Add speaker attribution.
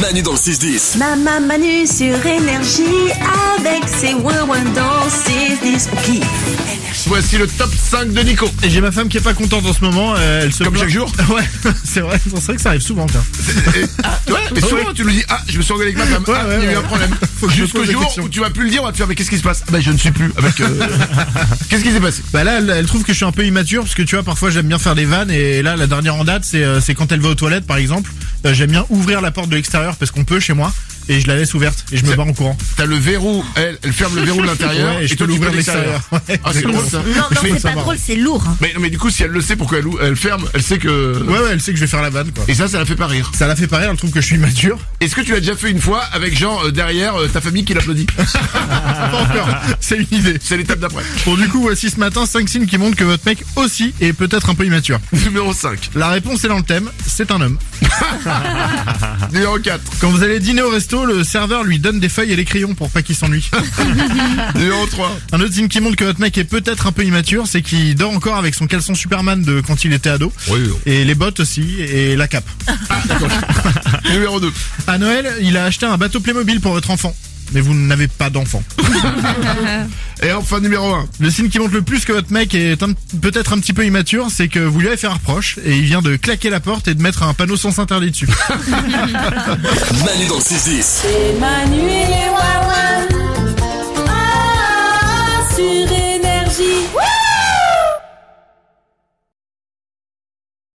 Speaker 1: Manu dans le 6-10.
Speaker 2: Maman Manu sur énergie avec ses ouin-ouin dans ses disques.
Speaker 3: Voici le top 5 de Nico.
Speaker 4: Et j'ai ma femme qui est pas contente en ce moment. euh, elle se
Speaker 3: Comme
Speaker 4: plaint.
Speaker 3: chaque jour
Speaker 4: Ouais, c'est vrai. C'est vrai que ça arrive souvent. tiens.
Speaker 3: Ouais, mais souvent tu nous dis Ah, je me suis engueulé avec ma femme.
Speaker 4: Ouais,
Speaker 3: ah,
Speaker 4: ouais,
Speaker 3: il y a eu
Speaker 4: ouais.
Speaker 3: un problème.
Speaker 4: Faut que je
Speaker 3: Jusqu'au
Speaker 4: pose la
Speaker 3: jour
Speaker 4: question.
Speaker 3: où tu vas plus le dire, on va te faire Mais qu'est-ce qui se passe Ah, Bah, je ne suis plus. Avec. euh, qu'est-ce qui s'est passé
Speaker 4: Bah là, elle, elle trouve que je suis un peu immature parce que tu vois, parfois j'aime bien faire des vannes et là, la dernière en date, c'est euh, c'est quand elle va aux toilettes, par exemple. Euh, j'aime bien ouvrir la porte de l'extérieur parce qu'on peut chez moi et je la laisse ouverte et je me
Speaker 3: C'est-
Speaker 4: barre en courant.
Speaker 3: T'as le verrou, elle, elle ferme le verrou de l'intérieur
Speaker 4: Ouais, et je
Speaker 3: toi
Speaker 4: peux
Speaker 3: tu
Speaker 4: l'ouvrir
Speaker 3: peux
Speaker 4: de l'extérieur. Ouais.
Speaker 3: Ah, c'est drôle ça.
Speaker 5: Non, non,
Speaker 4: Je fais
Speaker 5: c'est
Speaker 4: ça,
Speaker 5: pas
Speaker 4: pardon.
Speaker 5: drôle, c'est lourd. hein.
Speaker 3: Mais, non, mais du coup, si elle le sait, pourquoi elle, ou- elle ferme Elle sait que.
Speaker 4: Ouais, ouais, elle sait que je vais faire la vanne quoi.
Speaker 3: Et ça, ça la fait pas rire.
Speaker 4: Ça la fait pareil, elle trouve que je suis immature.
Speaker 3: Est-ce que tu l'as déjà fait une fois avec genre euh, derrière euh, ta famille qui l'applaudit
Speaker 4: Pas encore, c'est une idée.
Speaker 3: C'est l'étape d'après.
Speaker 4: Bon, du coup, voici ce matin 5 signes qui montrent que votre mec aussi est peut-être un peu immature.
Speaker 3: Numéro 5.
Speaker 4: La réponse est dans le thème, c'est un homme.
Speaker 3: Numéro 4.
Speaker 4: Quand vous allez dîner au resto, le serveur lui donne des feuilles et des crayons pour pas qu'il s'ennuie.
Speaker 3: Numéro 3.
Speaker 4: Un autre signe qui montre que votre mec est peut-être un peu immature, c'est qu'il dort encore avec son caleçon Superman de quand il était ado.
Speaker 3: Oui.
Speaker 4: Et les bottes aussi, et la cape.
Speaker 3: Ah, Numéro 2.
Speaker 4: À Noël, il a acheté un bateau Playmobil pour votre enfant. Mais vous n'avez pas d'enfant.
Speaker 3: Et enfin numéro 1.
Speaker 4: Le signe qui montre le plus que votre mec est un- peut-être un petit peu immature, c'est que vous lui avez fait un reproche et il vient de claquer la porte et de mettre un panneau sans interdit dessus.
Speaker 1: Manu dans le 6-10.
Speaker 6: Emmanuel et Wawa.